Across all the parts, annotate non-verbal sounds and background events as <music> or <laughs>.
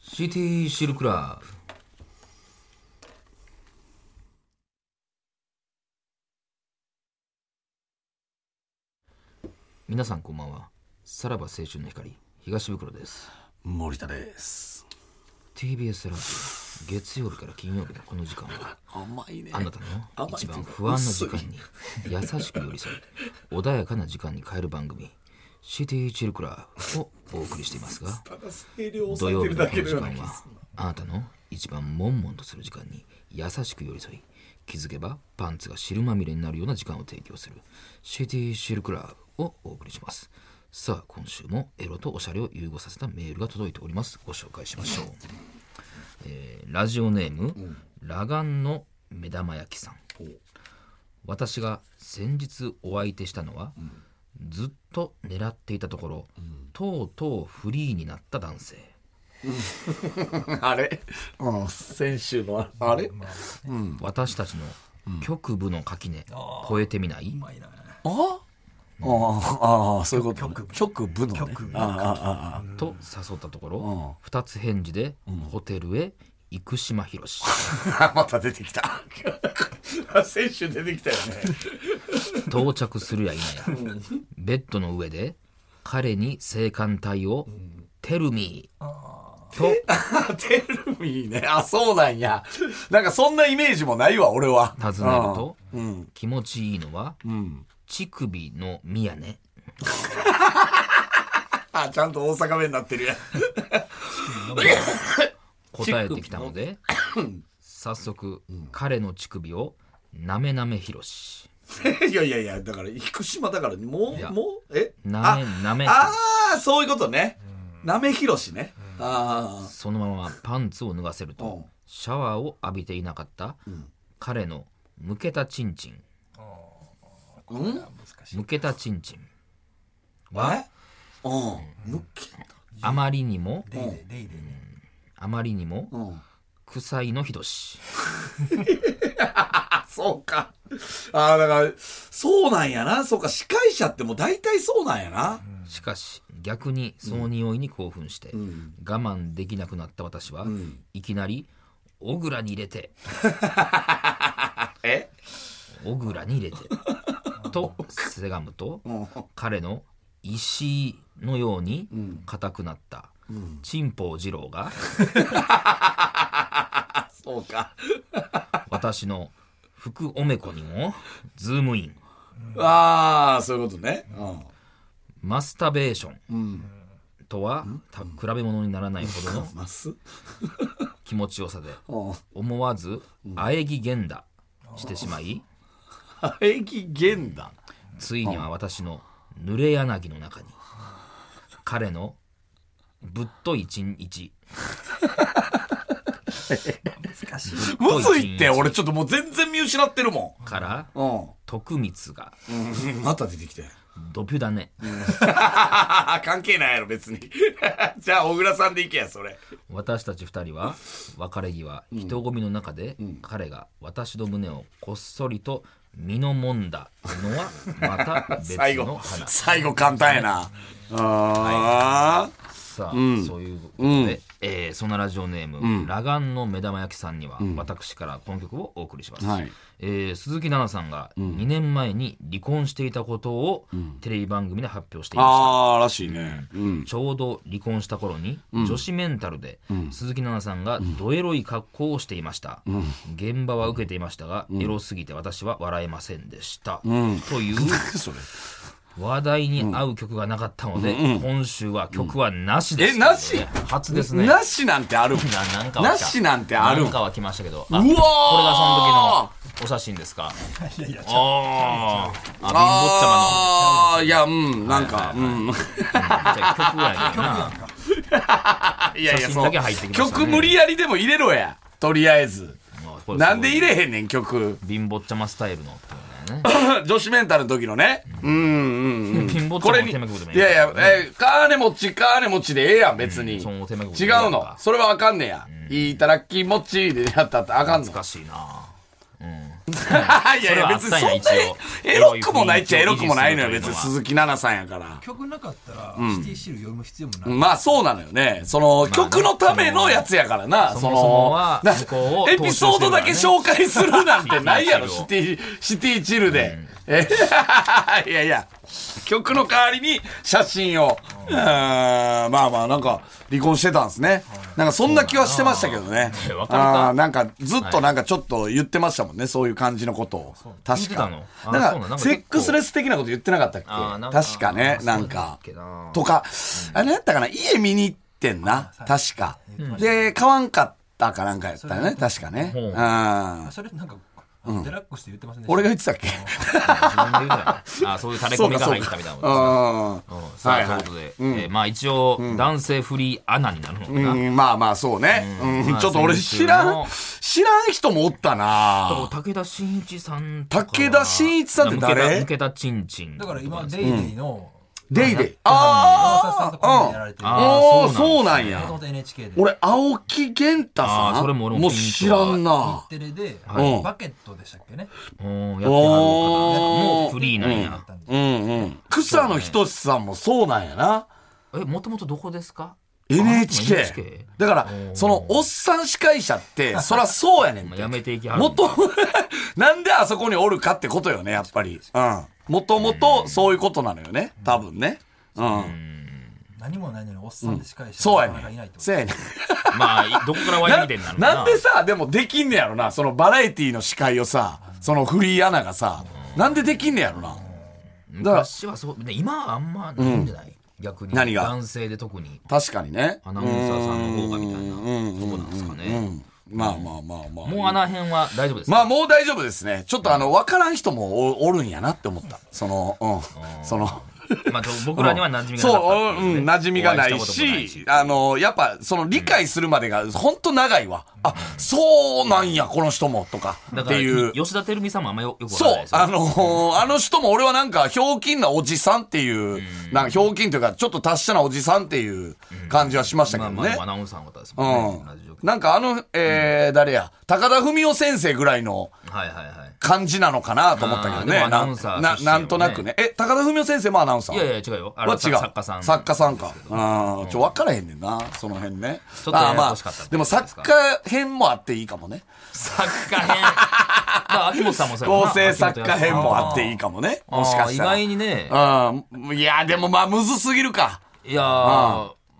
シティシルクラブ皆さんこんばんはさらば青春の光東袋です森田です。 TBS ラジオ月曜日から金曜日のこの時間は甘いね。あなたの甘い一って番不安な時間に優しく寄り添い穏やかな時間に変える番組「シティチルクラブ」をお送りしていますがただ声量を土抑え曜日てるのだこのけ時のよう間な気がはする。あなたの一番悶々とする時間に優しく寄り添い気づけばパンツが汁まみれになるような時間を提供する「シティシルクラブ」をお送りしますさあ今週もエロとおしゃれを融合させたメールが届いておりますご紹介しましょう、えーラジオネーム、ラガンの目玉焼きさん私が先日お相手したのは、ずっと狙っていたところ、とうとうフリーになった男性 <laughs> あれ、うん、先週のああれ、私たちの局部の垣根、超えてみないああああ、そういうこと、ね。局部のね。あああああと誘ったところ、二つ返事で、ホテルへ行く島ひろしあ <laughs> また出てきた。あ先週出てきたよ到着するや否 <laughs> やベッドの上で彼に性感帯を「テルミー」とね。テルミーね。あ、そうなんや。なんかそんなイメージもないわ、俺は。尋ねるとうん。うん。気持ちいいのはうん。乳首のみやねあ、ちゃんと大阪弁になってるやん。 <laughs> 答えてきたので早速彼の乳首をなめなめひろしいやいやいや、だから、福島だから、もいやう、もう、えなめなめああ、そういうことね。なめひろしね。あそのままパンツを脱がせるうんとシャワーを浴びていなかった彼のむけたちんちんあ。うんむけたちんちんえうん。むき。あまりにもうんあまりにもうん。臭いのひどしあ、そうか。ああ、だから、そうなんやな。そうか、司会者ってもう大体そうなんやな。しかし逆にその匂いに興奮して我ん慢できなくなった私はんいきなり小倉に入れて <laughs> え小倉に <laughs> 入れてとせがむとうん。彼の石のように硬くなった、チンポウ二郎がそうか。私の福おめこにもズームインああ、そういうことね。マスタベーションうん。うん。とはた比べ物にならないほ <laughs> どのます気持ちよさでうん。思わず喘ぎげんだしてしまい平気源だ。ついには私の濡れ柳の中に彼のぶっといチンイチむずいって、俺ちょっともう全然見失ってるもからん。うん。徳光がうんまた出てきたよ。ドピュだね <laughs> 関係ないやろ、別に。 <laughs> じゃあ、小倉さんでいけや、それ。私たち二人は別れ際人混みの中で彼が私の胸をこっそりと身のもんだのはまた別最の後話、最後簡単やな。あーさあ、そういうことで、えーそんなラジオネーム、ラガンの目玉焼きさんには私からこの曲をお送りします、はいえー鈴木奈々さんが2年前に離婚していたことをテレビ番組で発表していました、あーらしいね。うん。ちょうど離婚した頃に、女子メンタルで、鈴木奈々さんがどエロい格好をしていました、現場は受けていましたが、エロすぎて私は笑えませんでした、というそれ。話題に合う曲がなかったので、今週は曲はなしです、えなし初ですねなしなんてあるうななんかは来たなしなんてあるなんかは来ましたけ <laughs> どうわこれがその時のお写真ですかいやいやあーあ貧乏ちゃまのああー、いや、うん、なんか、うん。じゃあ曲はやな <laughs> いやいや、写真そうだけ入ってきましたね曲無理やりでも入れろや。とりあえず。もうこれすごいなんで入れへんね <laughs> ん、曲。貧乏ちゃまスタイルのってことだよね女子メンタルの時のね。うん、うん、 <laughs> うん。ピンボッチこャれもに、い手間食うてもいいやいや、えー、金持ち、金持ちでええやん、別に。うんその手間食うて違もいいやんうの。それはあかんねや。いただきもちでやったってあかんの懐。かしいなうん <laughs> いやいや別にそんなエロくもないっちゃエロくもないのよ別に鈴木奈々さんやから曲なかったら、シティシール読む必要もない。まあそうなのよねその曲のためのやつやからなそそもそものはな向こうをエピソードだけ紹介するなんてな <laughs> いやろシシティシティチルでえ <laughs> いやいや曲の代わりに写真をうんまあまあなんか離婚してたんですねなんかそんな気はしてましたけどねそうなんだわかるかあーなんかずっとなんかちょっと言ってましたもんねそういう感じのことを確言ってかたなんのあそうなんかなんか結構セックスレス的なこと言ってなかったっけあーなんか確かねあーなんかそうだっけなとか、あれ何やったかな家見に行ってんな、確か。で、買わんかったかなんかやったよね、確かね。ほううん。それなんか、デラックスで言ってませんでした。俺が言ってたっ <laughs> け自分で言うなよあそういうタレコミが入ったみたいなことですねうん。はうんさあ、いはいということで、えーまあ一応、男性フリーアナになるのかな、うん、まあまあそうね。うんうん、ちょっと俺知らんまあ、知らん人もおったな武田真一さんとかは武田真一さんって誰武田武田ちんちんだから今、デイリーの、デイデイ。山里さんあとコンビやらあれてある。ーもおーそうなんそうなんですねやともと NHK で。俺、青木源太あさーんそれも俺ももう知らんなテレで、はいバケットでしたっけね。うんやってはるのかなおーもうフリーなんや、うんうん。草野仁さんもそうなんやな。えもともとどこですか NHK, あでも NHK だからそのおっさん司会者ってそらそうやねんまてあやめていきはる元 <laughs> なんであそこにおるかってことよねやっぱりうんもともとそういうことなのよね多分ねうん、何もないのにおっさんで司会者そうやなかなかいねないっんてことそうやねんまあいどこから湧いてみてんななるなんでさでもできんねやろなそのバラエティの司会をさそのフリーアナがさなんでできんねやろなだから昔はそうね今はあんまないんじゃない、逆に何が男性で特に確かにねアナウンサーさんの方がみたいなとこなんですかねまあまあまあまあもうあの辺は大丈夫ですまか、あもう大丈夫ですね。ちょっとあの、わからん人もおおるんやなって思った。その、うん。その、まあ、ど僕らには馴染みがなかったそう、ってういん、馴染みがないお会いしし、たこともないあの、やっぱ、その理解するまでが、ほんと長いわ。あ、そうなんや、この人も、とか、だっかてらいう。吉田照美さんもあんまよよくわかそらないうで、すよあのーあの人も俺はなんか、ひょうきんなおじさんっていう、なんか、ひょうきんというか、ちょっと達者なおじさんっていう感じはしましたけまどあね。まあアナウンサーの方ですもんね、ラジオうん。なんかあの、えー、誰や、高田文夫先生ぐらいの、はいはいはい感じなのかなと思ったけどね。あーでもアナウンサーな出身なやもんねなんとなくね。え、高田文夫先生もアナウンサーいやいや違うよあれはは違う。作家さん作家さんか。うん。ちょ、分からへんねんな。その辺ね。ちょっとややまこしかったってでこもとです作か家編もあっていいかもね。作家 <laughs> 編まあ秋元さんもそうやもん構な成作家編もあっていいかもね。もしかしたら。あー意外にねうん。いや、でもまあ、むずすぎるか。いやー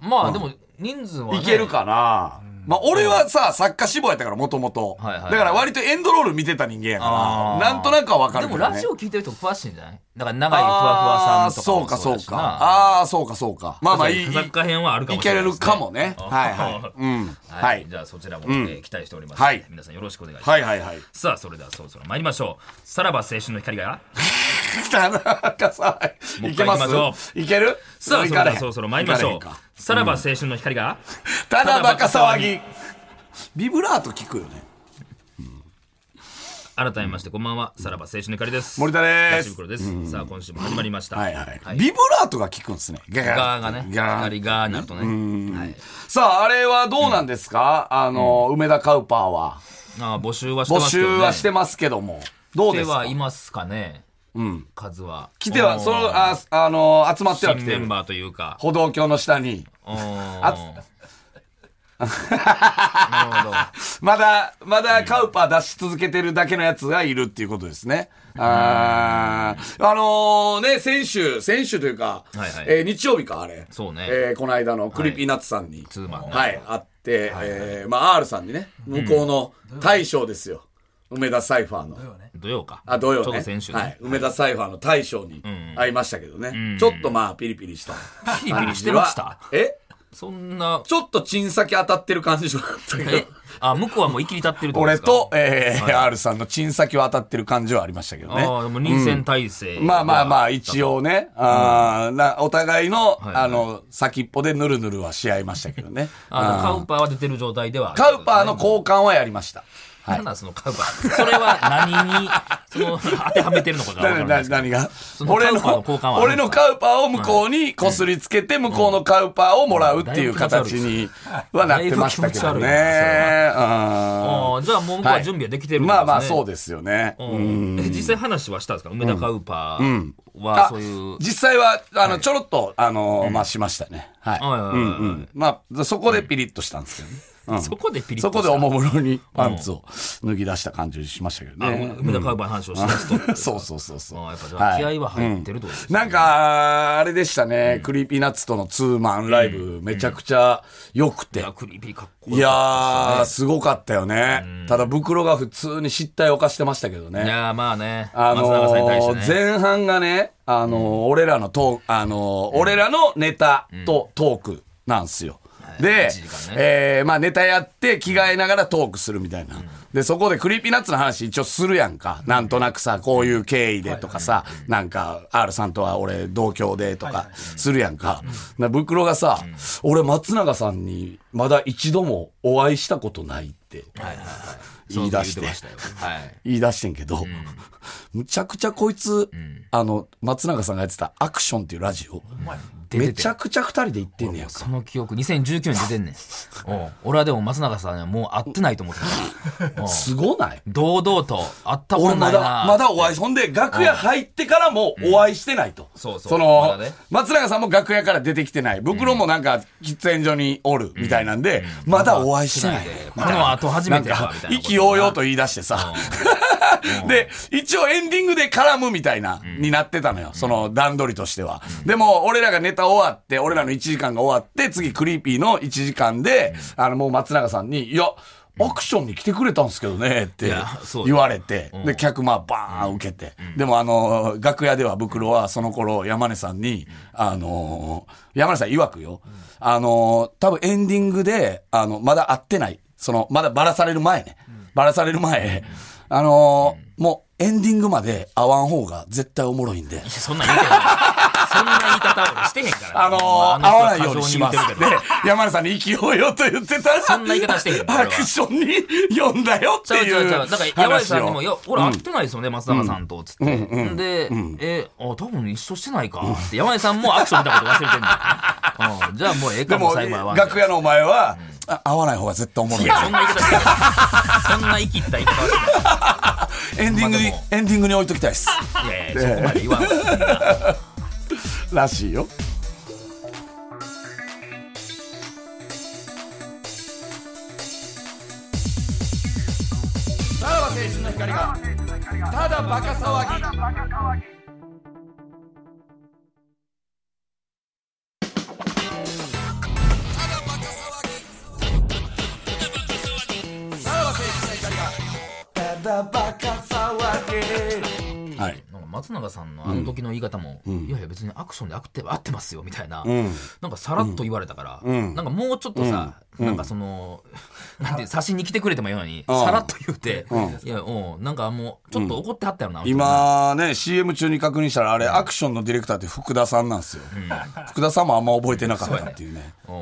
まあでも人数はねいけるかな。まあ、俺はさ、作家志望やったから、もともと。はいはいはいだから割とエンドロール見てた人間やあかーら、なんとなくは分かでるけもどね。ラジオ聞いてる人詳しいんじゃないだからああー、長いふわふわさんとかそうもかそそううだしかなああーそうかそうかまあまあいいい作家編はあるかいもしけれないれでるすねかもねはいはい、ううんん <laughs> ははいい、じゃあそちらも、んえー期待しております、はい皆さんよろしくお願いします、はいはいはいさあそれではそろそろ参りましょうさらば青春の光 <laughs> が田中さんもうい一け回ま行きましょすいけるさあいそれかでれはへんそろそろ参りましょいかれへんかうさらば青春の光が、ただバカ騒たぎビブラート聞くよね改めましてこんばんはさらば青春の光です森田で東す袋です、さあ今週も始まりました、はいはい、ビブラートが聞くんですねガガーがねガー光がなるとね、はい、さああれはどうなんですか、あの梅田カウパーはああ募集はして募ますけど、ね、集はしてますけどもどう来でてすかはいますかね、数は来てはそのああの集まっては来新てメるンバーというか歩道橋の下にうんあなるほどまだ、まだカウパー出し続けてるだけのやつがいるっていうことですね。あーあのーね、先週、先週というか、はいはいえー日曜日か、あれ。そうねえーこの間のクリピーナッツさんに、ツーマンのはい、会って、えーまあ、R さんにね、向こうの大将ですよ。梅田サイファーの。土曜かあ、土曜ね。ちょっと先週ね、はい。梅田サイファーの大将に会いましたけどね。ちょっとまあ、ピリピリした。 <laughs> ピリピリしてましたえそんなちょっと珍先当たってる感じだったけどえ。あ向こうはもういきり立ってるってことで俺すかと、えー R さんのチン先は当たってる感じはありましたけどね。ああもう臨戦態勢、まあまあまあ、一応ね、あーなお互いの、いはいあの、先っぽでぬるぬるはし合いましたけどね。あのカウパーは出てる状態ではあるカウパーの交換はやりました。なんだそのカウパー。それは何に、その、当てはめてるのかがわから何ない何ですけど。何がの俺のカウパーの交換はある俺のカウパーを向こうにこすりつけて向こうのカウパーをもらうっていう形にはなってましたけどね。うんあーじゃあもう向こうは準備はできてるんですね。まあまあそうですよね。うん。え実際話はしたんですか梅田カウパーはあそういう。実際は、あの、ちょろっと、あの、まあ、しましたね。はい。はいはいはいうんうん。まあ、そこでピリッとしたんですけどね。うんそこでピリッとそしたこでおもむろにパンツを脱ぎ出した感じしましたけどあね。梅田カウパーの話をしだすと。そうそうそうそう。あーやっぱじゃあ気合は入ってるってことですねうんなんか、あれでしたね。クリーピーナッツとのツーマンライブ、めちゃくちゃ良くていや。クリーピーかっこいよかやったー、ですすごかったよね。ただ、袋が普通に失態を犯してましたけどよねいね。やーまあね。あ松永さんに対しのてー、ね。前半がね、あのー、俺らのトーク、あのー、俺らのネタとトークなんすよ。で一時間ね、えーまあネタやって着替えながらトークするみたいな。で、そこでクリーピーナッツの話一応するやんか。なんとなくさ、こういう経緯でとかさ、なんか R さんとは俺同郷でとかするやんか。な、袋がさ、俺松永さんにまだ一度もお会いしたことないって言い出しそてう言ってま。したよ。はい。言い出してんけど、 <laughs> むちゃくちゃこいつ、あの、松永さんがやってたアクションっていうラジオ、出ててめちゃくちゃ二人で行ってんねやんか。その記憶、2019年出てんねん。おう俺はでも松永さんにはもう会ってないと思ってた。おうすごない堂々と会ったこと俺なまいな。だ、まだお会い、ほんで楽屋入ってからもお会いしてないと。そうそうのまだ、ね松永さんも楽屋から出てきてない。袋もなんか喫煙所におるみたいなんで、まだお会いしてない。この後初めてやなんわかみたいなこと、意気揚々と言い出してさ。 <laughs> で、一応エンディングで絡むみたいな、になってたのよ。その段取りとしては。でも、俺らがネタ終わって、俺らの1時間が終わって、次、クリーピーの1時間で、あの、もう松永さんに、いや、アクションに来てくれたんですけどね、ってやそうよ言われて、で、客、まあ、バーン受けて。でも、あの、楽屋では、袋は、その頃、山根さんに、あのー、山根さん曰くよ。あのー、多分エンディングで、あの、まだ会ってない。その、まだバラされる前ね。バラされる前、あのー、もう、エンディングまで会わん方が絶対おもろいんでいや。そんな言い方ない。そんな言い方俺してへんから。あのーもう会わない人ようにし過ま剰す言っうててるけど。山根さんに意気揚々と言ってたら、そんな言い方してへん俺はアクションに呼んだよっちてゃういちゃううちゃ話を。う。だから、山井さんにも、いや、俺会ってないですよね、松永さんと、つって。で、え、あ、多分一緒してないか。って山井さんもアクション見たこと忘れてんのうん。じゃあもうええでかも、も、最後は。楽屋のお前は、あ会わない方が絶対おもろいいんでや、。そんな言い方してない。そんな生きった言い方はしてない。エンディングにまあ、エンディングに置いときたいです。いやいや、そこまで言わんわ。らしいよ。さらば青春の光が、ただバカ騒ぎ。はい。なんか松永さんのあの時の言い方も、いやいや別にアクションで合って合ってますよみたいな、なんかさらっと言われたから、んなんかもうちょっとさ、なんかその、なんて写真に来てくれてもいいのに、んさらっと言うて、いや、うん、なんかもうちょっと怒ってはったよな、今ね、CM 中に確認したら、あれ、アクションのディレクターって福田さんなんですよ。福田さんもあんま覚えてなかったっていうね。う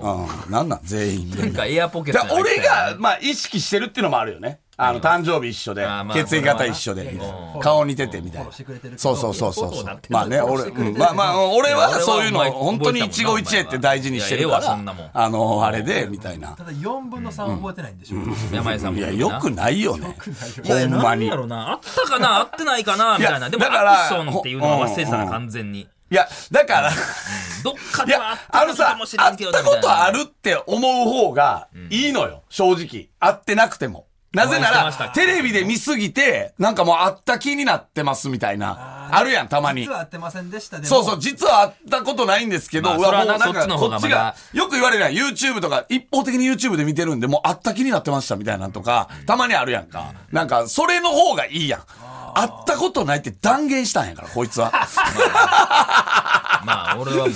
ん。なんなん全員で。なんかエアポケッだトかにら入って俺たよなが、まあ、意識してるっていうのもあるよね。あの、誕生日一緒であーま、あ血液型一緒で、みたいな顔似てて、みたいフォローしてくれてるな。けどそうそうそうそうフォローそなうっ。てるまあね、俺、うんまあまあ、うん俺はそういうの、本当に一期一会って大事にしてるかいやええわそんならもん、あの、あれで、みたいなた。だ4分の3覚えてないんでしょ、山井さんもいや、よくないよね。いやほんまに。なんやろなあったかなあってないかなみたいいなやでもアだからクションっていうのは忘れてたうなん完全にいや、だから、どっかいではあやっ、あたののかさもし、れ会んっけどたみいなことあるって思う方がいいのよ、正直。会ってなくても。なぜなお会いしてましたら、テレビで見すぎて、なんかもう会った気になってますみたいな、あるやん、たまに実。は合ってませんでしたでもそうそう、実は会ったことないんですけど、まあうそれわ、はもなうそっなんちのか、方こがっちまだが、よく言われるやん、YouTube とか、一方的に YouTube で見てるんで、もう会った気になってましたみたいなんとか、たまにあるやんか。なんか、それの方がいいやん。会ったことないって断言したんやから、こい <laughs> つは。まあ俺はもう完全に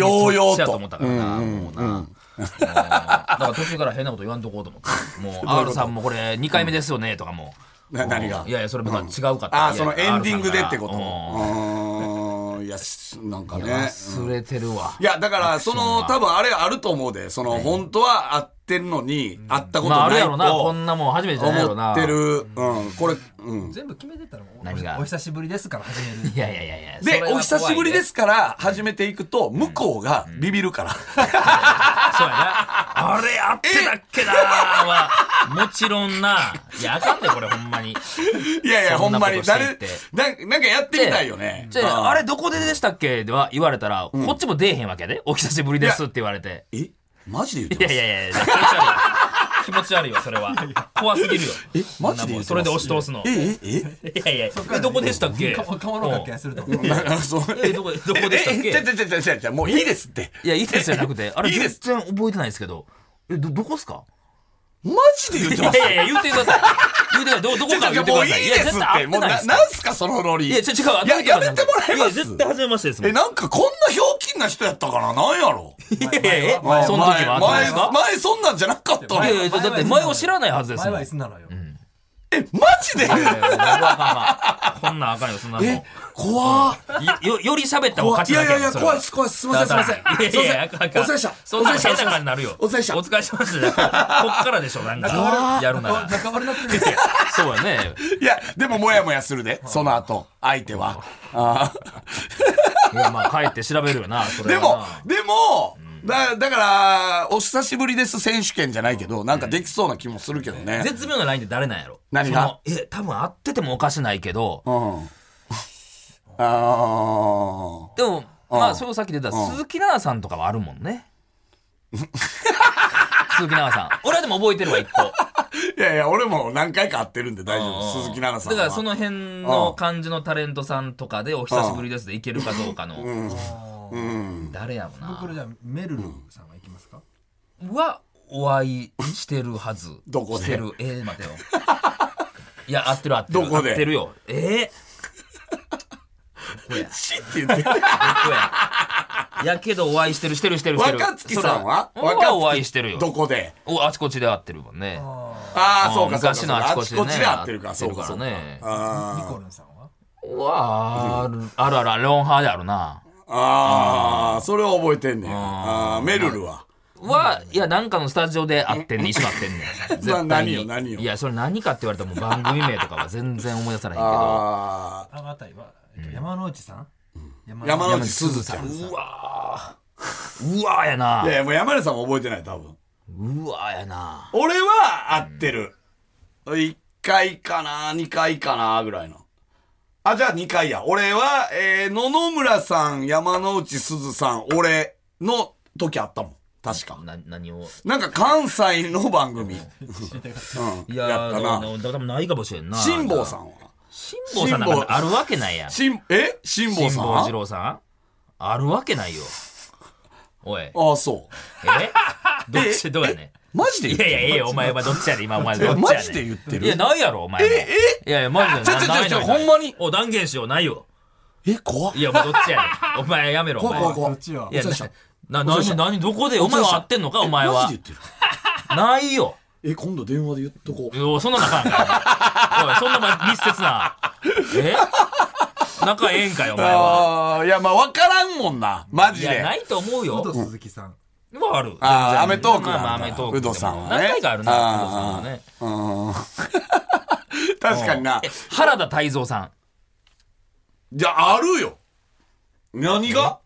そっちやと思ったからな、もうな。もうだから途中から変なこと言わんとこうと思って。もう R さんもこれ2回目ですよねとかも。な何がいやいや、それまた違うかった。ああ、そのいやエンディングでってこ R さんと。うがうんーん。いや、しなんかね。忘れてるわい。や、だから、その、多分あれあると思うで、その、本当は会っってるのに、会ったことまあ、あるないやろな、とこんなもん初めてじゃないやろ思な。ってる。うん、これ、うん。全部決めてったらもう何がお久しぶりですから始めるいやいやいやいや。それで、は怖おいね久しぶりですから始めていくと、向こうがビビるから。そうやな。あれ、あってたっけなは、もちろんな。いや、あかんで、これ、ほんまに。 <laughs> いやいや、そほんなんこまとに、してい誰って、ななんかやってみたいよね。じゃうんあ、あれ、どこででしたっけでは言われたら、こっちも出えへんわけやで。お久しぶりですって言われて。えマジで言っいてやますいやいや、 <laughs> 気持ち悪いよ。気持ち悪いよ、それは。怖すぎるよ。えマジで言ってますそれで押し通すの。えええいやいや、え、どこでしたっけか変わろうかけするとえなんか <laughs> そうえどこどこでしたっけえええちゃちゃちゃちゃちゃもういいですって。いや、いいですじゃなくて、あれ、いい全です然覚えてないですけど、え、ど、どこっすかマジで言っいてますやいやいや、言ってください。言ってください。ど、どこちょかちら言ょってくもうだいいさい。ですいや、絶対合って。ってもないうでな、すなんすか、そのノリ。いや、違う、違う。いややめてもらえいや、ます絶対初めましてですもん。え、なんかこんなひょうきんな人やったからなんやろいやいやえ前はその時はあったんで前、すか前、前そんなんじゃなかったのいえ、やいや、だって前を知らないはずです前もん。はい椅子なのよマジでやいやあかんあかんこんなんあかんよ、そんなもん。え、怖っよ、より喋った方が怖っ勝いちやないきゃやいや、それ怖いはです、怖いです。すみません、すみません。いやいや、あすかいんあまかんせん。お疲れでした。そんなん変な感じにななるよ。お疲れでしたお疲れしました。だからこっからでしょ、なん <laughs> か。やるなら。仲悪なってるそうやね。いや、でももやもやするで、その後、相手は。あいーや、まあ、帰って調べるよな、それではもな。、でも、だだから、お久しぶりです選手権じゃないけど、なんかできそうな気もするけどね。絶妙なラインって誰なんやろ何がそのえ、多分会っててもおかしないけど、うん。あでも、まうあ、んそれをさっき出た鈴木奈々さんとかはあるもんね。 <laughs> 鈴木奈々さん。俺はでも覚えてるわ、一個。ーいやいや、俺も何回か会ってるんで大丈夫。鈴木奈々さんだかは。らその辺の感じのタレントさんとかでお久しぶりですでいけるかどうかの誰やろ僕ならじゃあメルルさんは行きますかはお会いしてるはずどこでしてるえー、待てよいや合ってる合ってるどこで合ってるよえー、どこやシっ <laughs> て言って。どこややけどお会いしてるしてるしてるしてる若月さんはそら若月お会いしてるよどこでおあちこちで会ってるもんねああ、そうか、そうか。昔のあちこちでねあちこちで会ってるから、会そうか、そうか。ねニあコルンさんはわあるあるあるロンハーであるなーあー、それは覚えてんねん。あーメルルは。は、いや、なんかのスタジオで会って <laughs> んねん、一緒に会ってんねん。絶対に。何よ何よいや、それ何かって言われたらもう番組名とかは全然思い出さないけど。ああのあたりはえっと山之内さん山あ、山之内内すずちゃん。いうわーうわーやなやいや、もう山根さんも覚えてない、多分。うわーやな俺は合ってる。1回かな、2回かな、ぐらいの。あ、じゃあ2回や。俺は、えー、野々村さん、山之内すずさん、俺の時あったもん。確か。な、何を。なんか関西の番 <laughs> 組。うん。いややったな。ー、でも多分ないかもしれんな。辛坊さんは。辛坊さんなん辛か坊あるわけないやん。辛え辛坊さん二郎さんあるわけないよ。お <laughs> い。えああ、そう。どっち、どうやねん。マジで言っいてやるいや、ええよ、お前はどっちやねん、今、お前どっちやねん。マジで言ってるいや、ないやろ、お前も。えいやいや、マジでちょなちょないちょないほんまにお、断言しよう、ないよ。え、怖っいや、もうどっちやね <laughs> ん。お前やめろ、お怖い前。怖いい怖どいっちよや嘘でしょ、な、嘘でし何、ょ何、どこで、お前は会ってんのか、お前マはジ。で言ってる。ないよ。え、今度電話で言っとこう。おそんなんなあかん <laughs> から。おい、そんなま密接な。え仲ええんかよ、お前は。ああ、いや、まあ、わからんもんな。マいジや、なで。いと思うよ。元鈴木さんはある。あー全然アメトークまあまあ、アなんだメトーク。ウドさんはね何回かあるな、あーウドさんはね。うん <laughs> 確かになえ。原田泰造さん。じゃあ、あるよ。何が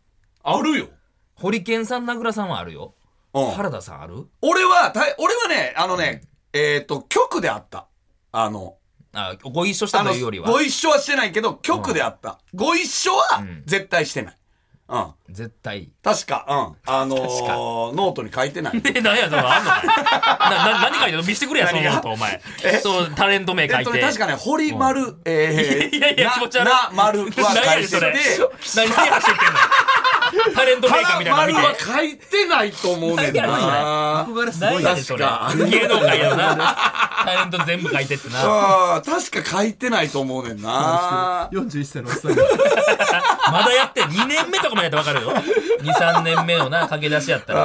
あるよ。ホリケンさん、名倉さんはあるよ。うん原田さんある俺は、たい俺はね、あのね、えっと、局であった。あの、あ、ご一緒したあとのいうより、は。ご一緒はしてないけど、局であった。ご一緒は絶対してない。うん。絶対。確か、うん。あのー、ノートに書いて <laughs> ない。え、何や、それあんのかい <laughs> なな何書いてんの見してくれや、その何がノート、お前。そう、タレント名書えっいとて。ね、確かね、堀丸、えー、いやいや、気持ち悪い。な、な丸は何や書ねいんそてれ何て、制覇してってんのタレント名鑑みたいなの丸見はて。書いてないと思うねん何やねんそれ <laughs> な。憧れす何ごいやなねん、それ確か。芸能界やろな。タレント全部書いてってな。あー確か書いてないと思うねんな。 41歳のおっさんがまだやって、2年目とかまでやったらわかるよ。2、3年目のな、駆け出しやったら。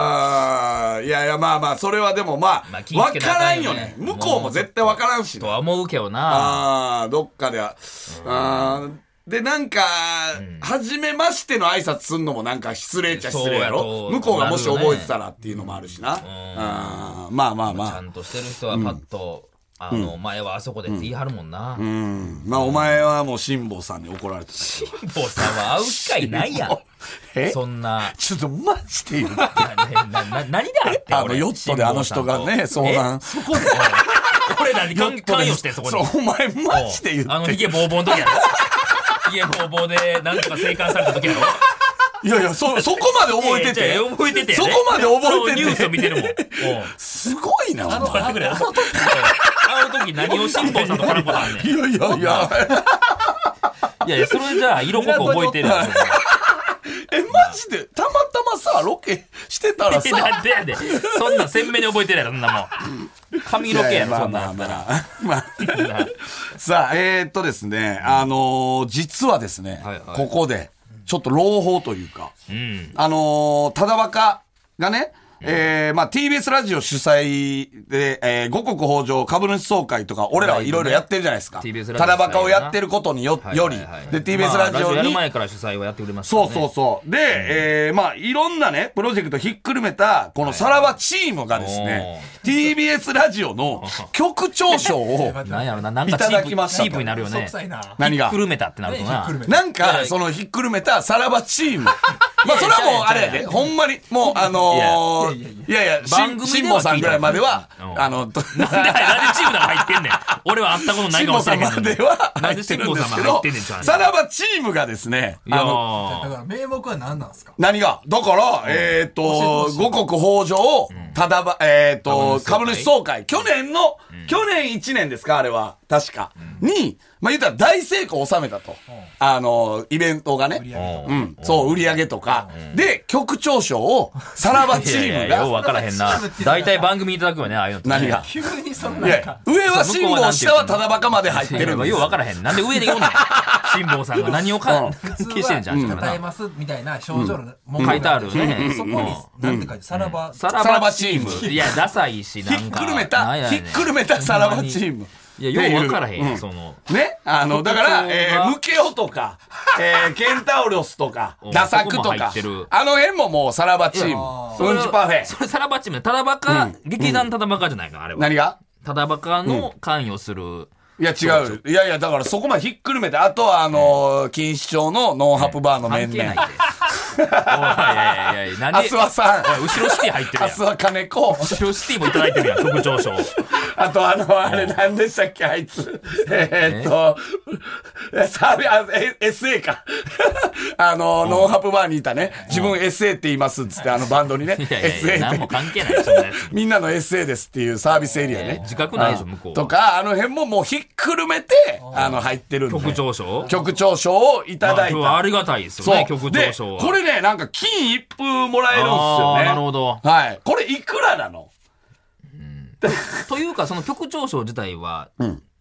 あーいやいや、まあまあ、それはでもままああ、気ぃわつけかなあからんんよねよね。向こうも絶対わからんしとな。は思うけどな。ああ、どっかでは、あーで、なんか、初めましての挨拶すんのもなんか失礼っちゃ失礼やそうろやと向こうがもし覚えてたらっていうのもあるしな。うんまあまあまちゃあ。んとしてる人はパッと、あの、前はあそこでって言い張るもんな。うん。まあお前はもう辛坊さんに怒られてた。坊さんは会う機会ないやん。 <laughs> えそんな。ちょっとマジで言 <laughs> うななな何であってあの俺ヨットであの人がね辛抱さんとえそ遭難 <laughs> こで俺らにヨ関ットで関与してんそこにそうお前マジで言あっのてヒゲボーボーの時やろヒゲボーボーでなんとか生還された時やろいやいや <laughs> そそこまで覚えていやていや覚えててやそねこまで覚えててニュースを見てるもんうんすごいなお前あの時何を辛抱さんと絡むことあんねんいやいやいやいやいやそれじゃあ色濃く覚えてる <laughs> わえマジでたまたまさロケしてたらえさなんでやでそんなん鮮明に覚えてるやろそんなもん髪の毛やろそんなんまあったあまらあまあ <laughs> まあさあえーっとですねあのー実はですねはいはいここでちょっと朗報というかうんあのー、ただばかがね、えー、まあ、TBS ラジオ主催で、えー、五穀豊穣株主総会とか、俺らはいろいろやってるじゃないですか。ライブね TBS ラジオただばかをやってることによはいよはり、いはいで、TBS ラジまあオやに、る前から主催をやってくれましたそねうそうそう。で、えー、まあ、いろんなね、プロジェクトひっくるめた、このさらばチームがですね、TBS ラジオの局長賞 <laughs> を、なんやろな、なんかいただきましたチープになるよ嘘ねく。さいな。何がひっくるめたってなるとねひっなく。るめなんか、そのひっくるめたさらばチ <laughs> ーム。まあ、それはもうあれやで、ほんまに、もうあのー、いやいや、し番組んでは辛坊さんぐらいまではう、んあの、と <laughs> なんで、なんでチームなんか入ってんねん。俺は会ったことない辛かも坊しされんへまんでけど。はな入んでって辛るん抱でさんますで入けどってんねん、ちゃ、うさらばチームがですね、いやあの、だーから名目は何なんですか何がだから、えっと、五穀豊穣を、ただば、えっと、株株主主総会、去年の、去年1年ですか、あれは、確か。に、まあ、言ったら大成功を収めたと。あの、イベントがね。ううんん、そう、売り上げとか。で、局長賞を、さらばチいーやムいやようが、分からへんな。大体番組いただくよね、ああいうのってね。何が。急にそんいななんやか、、上は辛抱、下はただバカまで入っいてやるよんですう分からへん。なんで上で言 <laughs> うねん。辛抱さんが何をか普通消してんじゃん、はから答えな。ますみたいな症状の文書いてあるよねそこに、なんて書いて、さらば、ささらばチームいや、ダサいし、ひなっんか。くるめなた、んやひねっんくるめたさらばチーム。いや、よう分からへうんん、その。ね、あの、だから、局長がえー、ムケオとか、えー、ケンタウロスとかうん、ダサクとそこも入かってる、あの辺ももうさらばチーそム、れうんちパフェ。それさらばチームただばか、劇団ただばかじゃないか、あれは。何がただばかの関与する。いや、違う。いやいや、だからそこまでひっくるめて、あとは、あのー、錦糸町のノンハプバーの面関係ないで。々。おいいやいやいや、何アスワさん、おい後ろシティ入ってるアやんス。ワ金子、 <laughs> 後ろシティもいただいてるやん、副長賞。あと、あの、あれ、何でしたっけ、あい <laughs> つ。えーっと、サービあえ SA か。 <laughs> あの、ノンハプバーにいたね。自分 SA って言いますっつって、あのバンドにね。 <laughs> いやい SA やいや、っ何ても関係ない、そんなやつ。 <laughs> みんなの SA ですっていうサービスエリアえーね。自覚ないでしょうん向こうはとか、あの辺ももうひっくるめて、あの、入ってるんで。局長賞局長賞をいただいまあた。ありがたいですよそね、う。局で長、賞は。これね、なんか金一封もらえるんですよあね。ーなるほど。はい。これいくらなのというか、その局長賞自体は、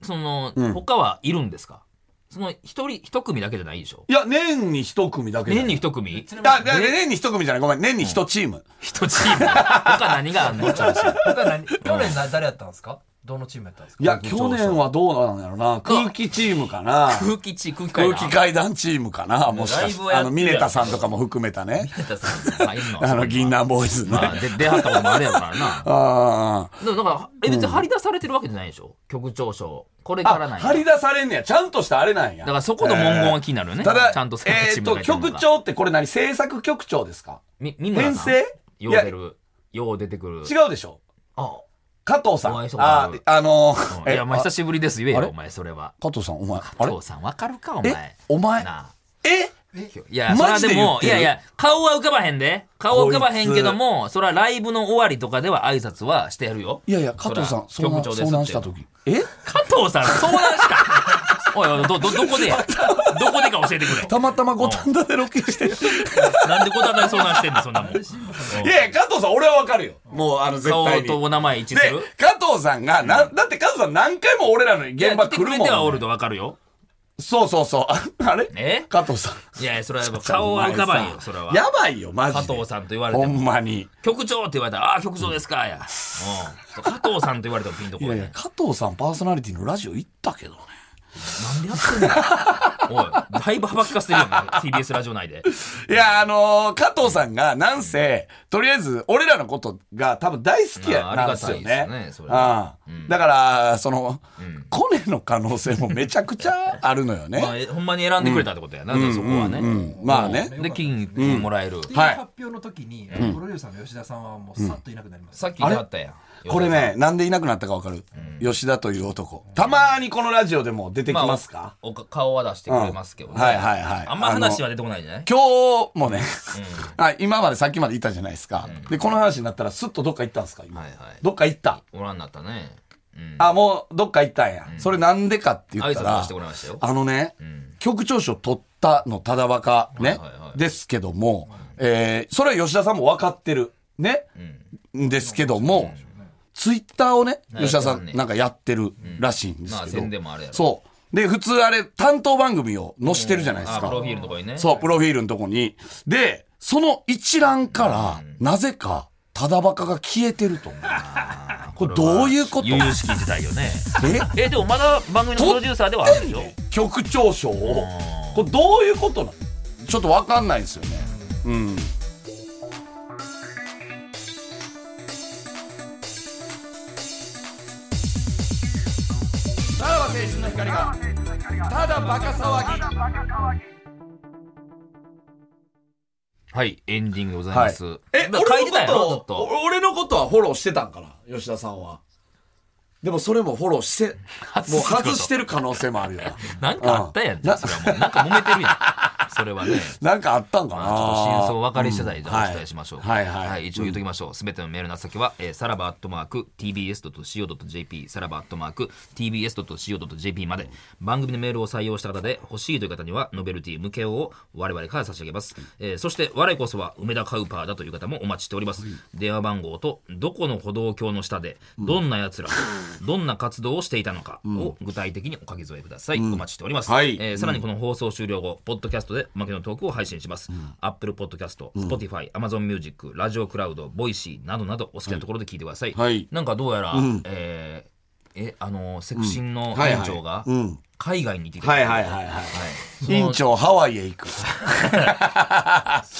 その、他はいるんですかその、一人、一組だけじゃないでしょいや、年に一組だけ年に一一組一チ組。あ、だ年に一組じゃない。ごめん。年に一チーム。ーム。他何があんのって話他何 <laughs> 去年な誰やったんですかどのチームやったんですかいや、去年はどうなんだろうな。空気チームかな。空気地、空気階空段気階段チームかな。もしかしだいてぶやってるやあんの、ミネタさんとかも含めたね。ペタさん入んのあの、銀杏ボーイズね。まあ、で出はったこともあるやろからな。ああ。でもだから、え、別に張り出されてるわけじゃないでしょ局長賞。これからなあ、い。張りだ出されんねや。ちゃんとしたあれなんや。からそこの文言は気になるよね。ただ、ちゃんとさえチーーっムと、が書いてるの局が。長ってこれ何制作局長ですかみ、みんな。編成よう出る。よう出てくる。違うでしょあ、加藤さん。お会いしたことあある、あのうー、んえいや、まあ、久あしぶりです。言えあれよ、お前、それは。加藤さん、お前、あれ父さん、わかるか、おえ前。お前、なあ。えいや、それマはジででも、い言ってるやいや、顔は浮かばへんで。顔は浮かばへんけども、それはライブの終わりとかでは挨拶はしてやるよ。いやいや、加藤さん、そら遭難局長ですって遭難した時。え加藤さん、相談した。おいおい、ど、ど、どこ <laughs> でや。どこでか教えてくれ。たまたま五反田でロケしてる。なんでこたない相談してんの、そんなもん。いやいや、加藤さん、俺はわかるよ。もう、あの、絶顔対とに。お名前一致すでる。、加藤さんが、な、だって加藤さん何回も俺らの現場いや来て来くるれもてはおんるね。とわかるよ。そうそうそう。ああれえ加藤さん。いやいや、それはやっぱ顔は浮かばんよ、それは。やばいよ、マジ加で。藤さんと言われほても。んまに。局長って言われたら、ああー、局長ですか、や。うん。加藤さんと言われてもピンとこいなやいいや、加藤さんパーソナリティのラジオ行ったけどね。なんでやってんのおい、だいぶはばきかせてるよ <laughs> ね、TBS ラジオ内で。いや、あのー加藤さんが、なんせ、とりあえず、俺らのことが多分大好きやああなんですよありがたいですね。うよねそんれはだから、その、コネの可能性もめちゃくちゃあるのよね。まあ、えほんまに選んでくれたってことやな、そこはね。うんまあねで、金もらえる。ていうはい発表の時に、プロデューサーの吉田さんはもうさっといなくなりました。さっき言ってあったやん。 <laughs> これね、なんでいなくなったかわかる、吉田という男。たまにこのラジオでも出てきまあ、ますか、おか顔は出してくれますけどね。はいはいはい。あんま話はあ出のてこないじゃない今日もね、あ今までさっきまでいたじゃないですか。で、この話になったらスッとどっか行ったんですか今。はいはいどっか行った。おらんなったね。うん。あ、もうどっか行ったんや。それなんでかって言挨った拶らはして、もらいましたよ。あのね、ん局長賞取ったのただばかね、はいはいはいですけども、えーそれは吉田さんも分かってる。ね、ですけども、ツイッターをね、はい吉田さやってはんんねなんかやってるらしいんですけど。まあ宣伝もあれやろそう。で、普通あれ、担当番組を載してるじゃないですあ、か。プロフィールのとこにね。そう、プロフィールのとこに。で、その一覧から、なぜか、ただばかが消えてると。これどういうこと悠々しき時代よね。ええ、でもまだ番組のプロデューサーではあるんでしょ局長賞を。これどういうことなのちょっとわかんないですよね。うん。さらば青春の光が、ただバカ騒ぎ。はい、エンディングでございはまいす。。え、だから書俺いてのこたやろ、ずっとをと。お俺のことはフォローしてたんかな、吉田さんは。でもそれもフォローして、もう外してる可能性もあるよな。なんかあったやん、それはもう。なんか揉めてるや <laughs> ん。それはね。なんかあったんかな。まあ、ちょっと真相分かり次第じゃあお伝えしましょう。はいはいはい。一応言っときましょう。すべてのメールの宛先は、えーさらばアットマーク tbs.co.jp、さらばアットマーク tbs.co.jp まで、番組のメールを採用した方で欲しいという方には、ノベルティ向けを我々から差し上げます。えーそして、我こそは梅田カウパーだという方もお待ちしております。電話番号と、どこの歩道橋の下で、どんな奴ら、どんな活動をしていたのかを具体的にお書き添えください。お待ちしております。はいえーさらにこの放送終了後、ポッドキャストでおまけのトークを配信します。アップルポッドキャスト、スポティファイ、アマゾンミュージック、ラジオクラウド、ボイシーなどなどお好きなところで聞いてください。はいなんかどうやら、えーえ、あのーセクシンのんはい委はい員長がうん海外に行ってきたはいはいはいはい。はい委員長ハワイへ行く。そ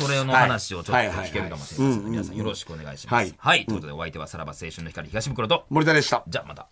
れの話をちょっはといはいはい聞けるかもしれないですので、皆さんよろしくお願いします。ははいい、ということでお相手はさらば青春の光東袋と、森田でした。じゃあまた。